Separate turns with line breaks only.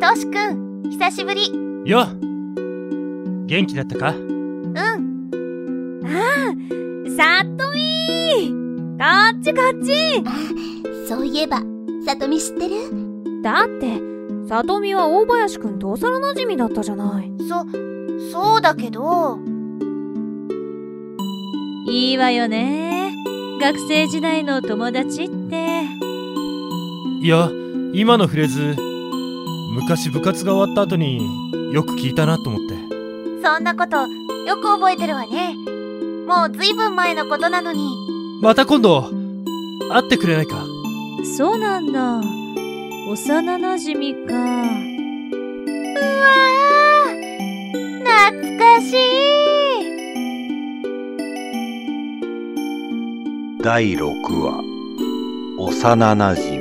よしくん久しぶり
よ元気だったか
うん
ああさとみこっちこっち
そういえばさとみ知ってる
だってさとみは大林くんと幼なじみだったじゃない
そそうだけど
いいわよね学生時代の友達って
いや今のフレーズ昔部活が終わった後によく聞いたなと思って
そんなことよく覚えてるわねもうずいぶん前のことなのに
また今度会ってくれないか
そうなんだ幼なじみか
ああ懐かしい
第6話幼なじみ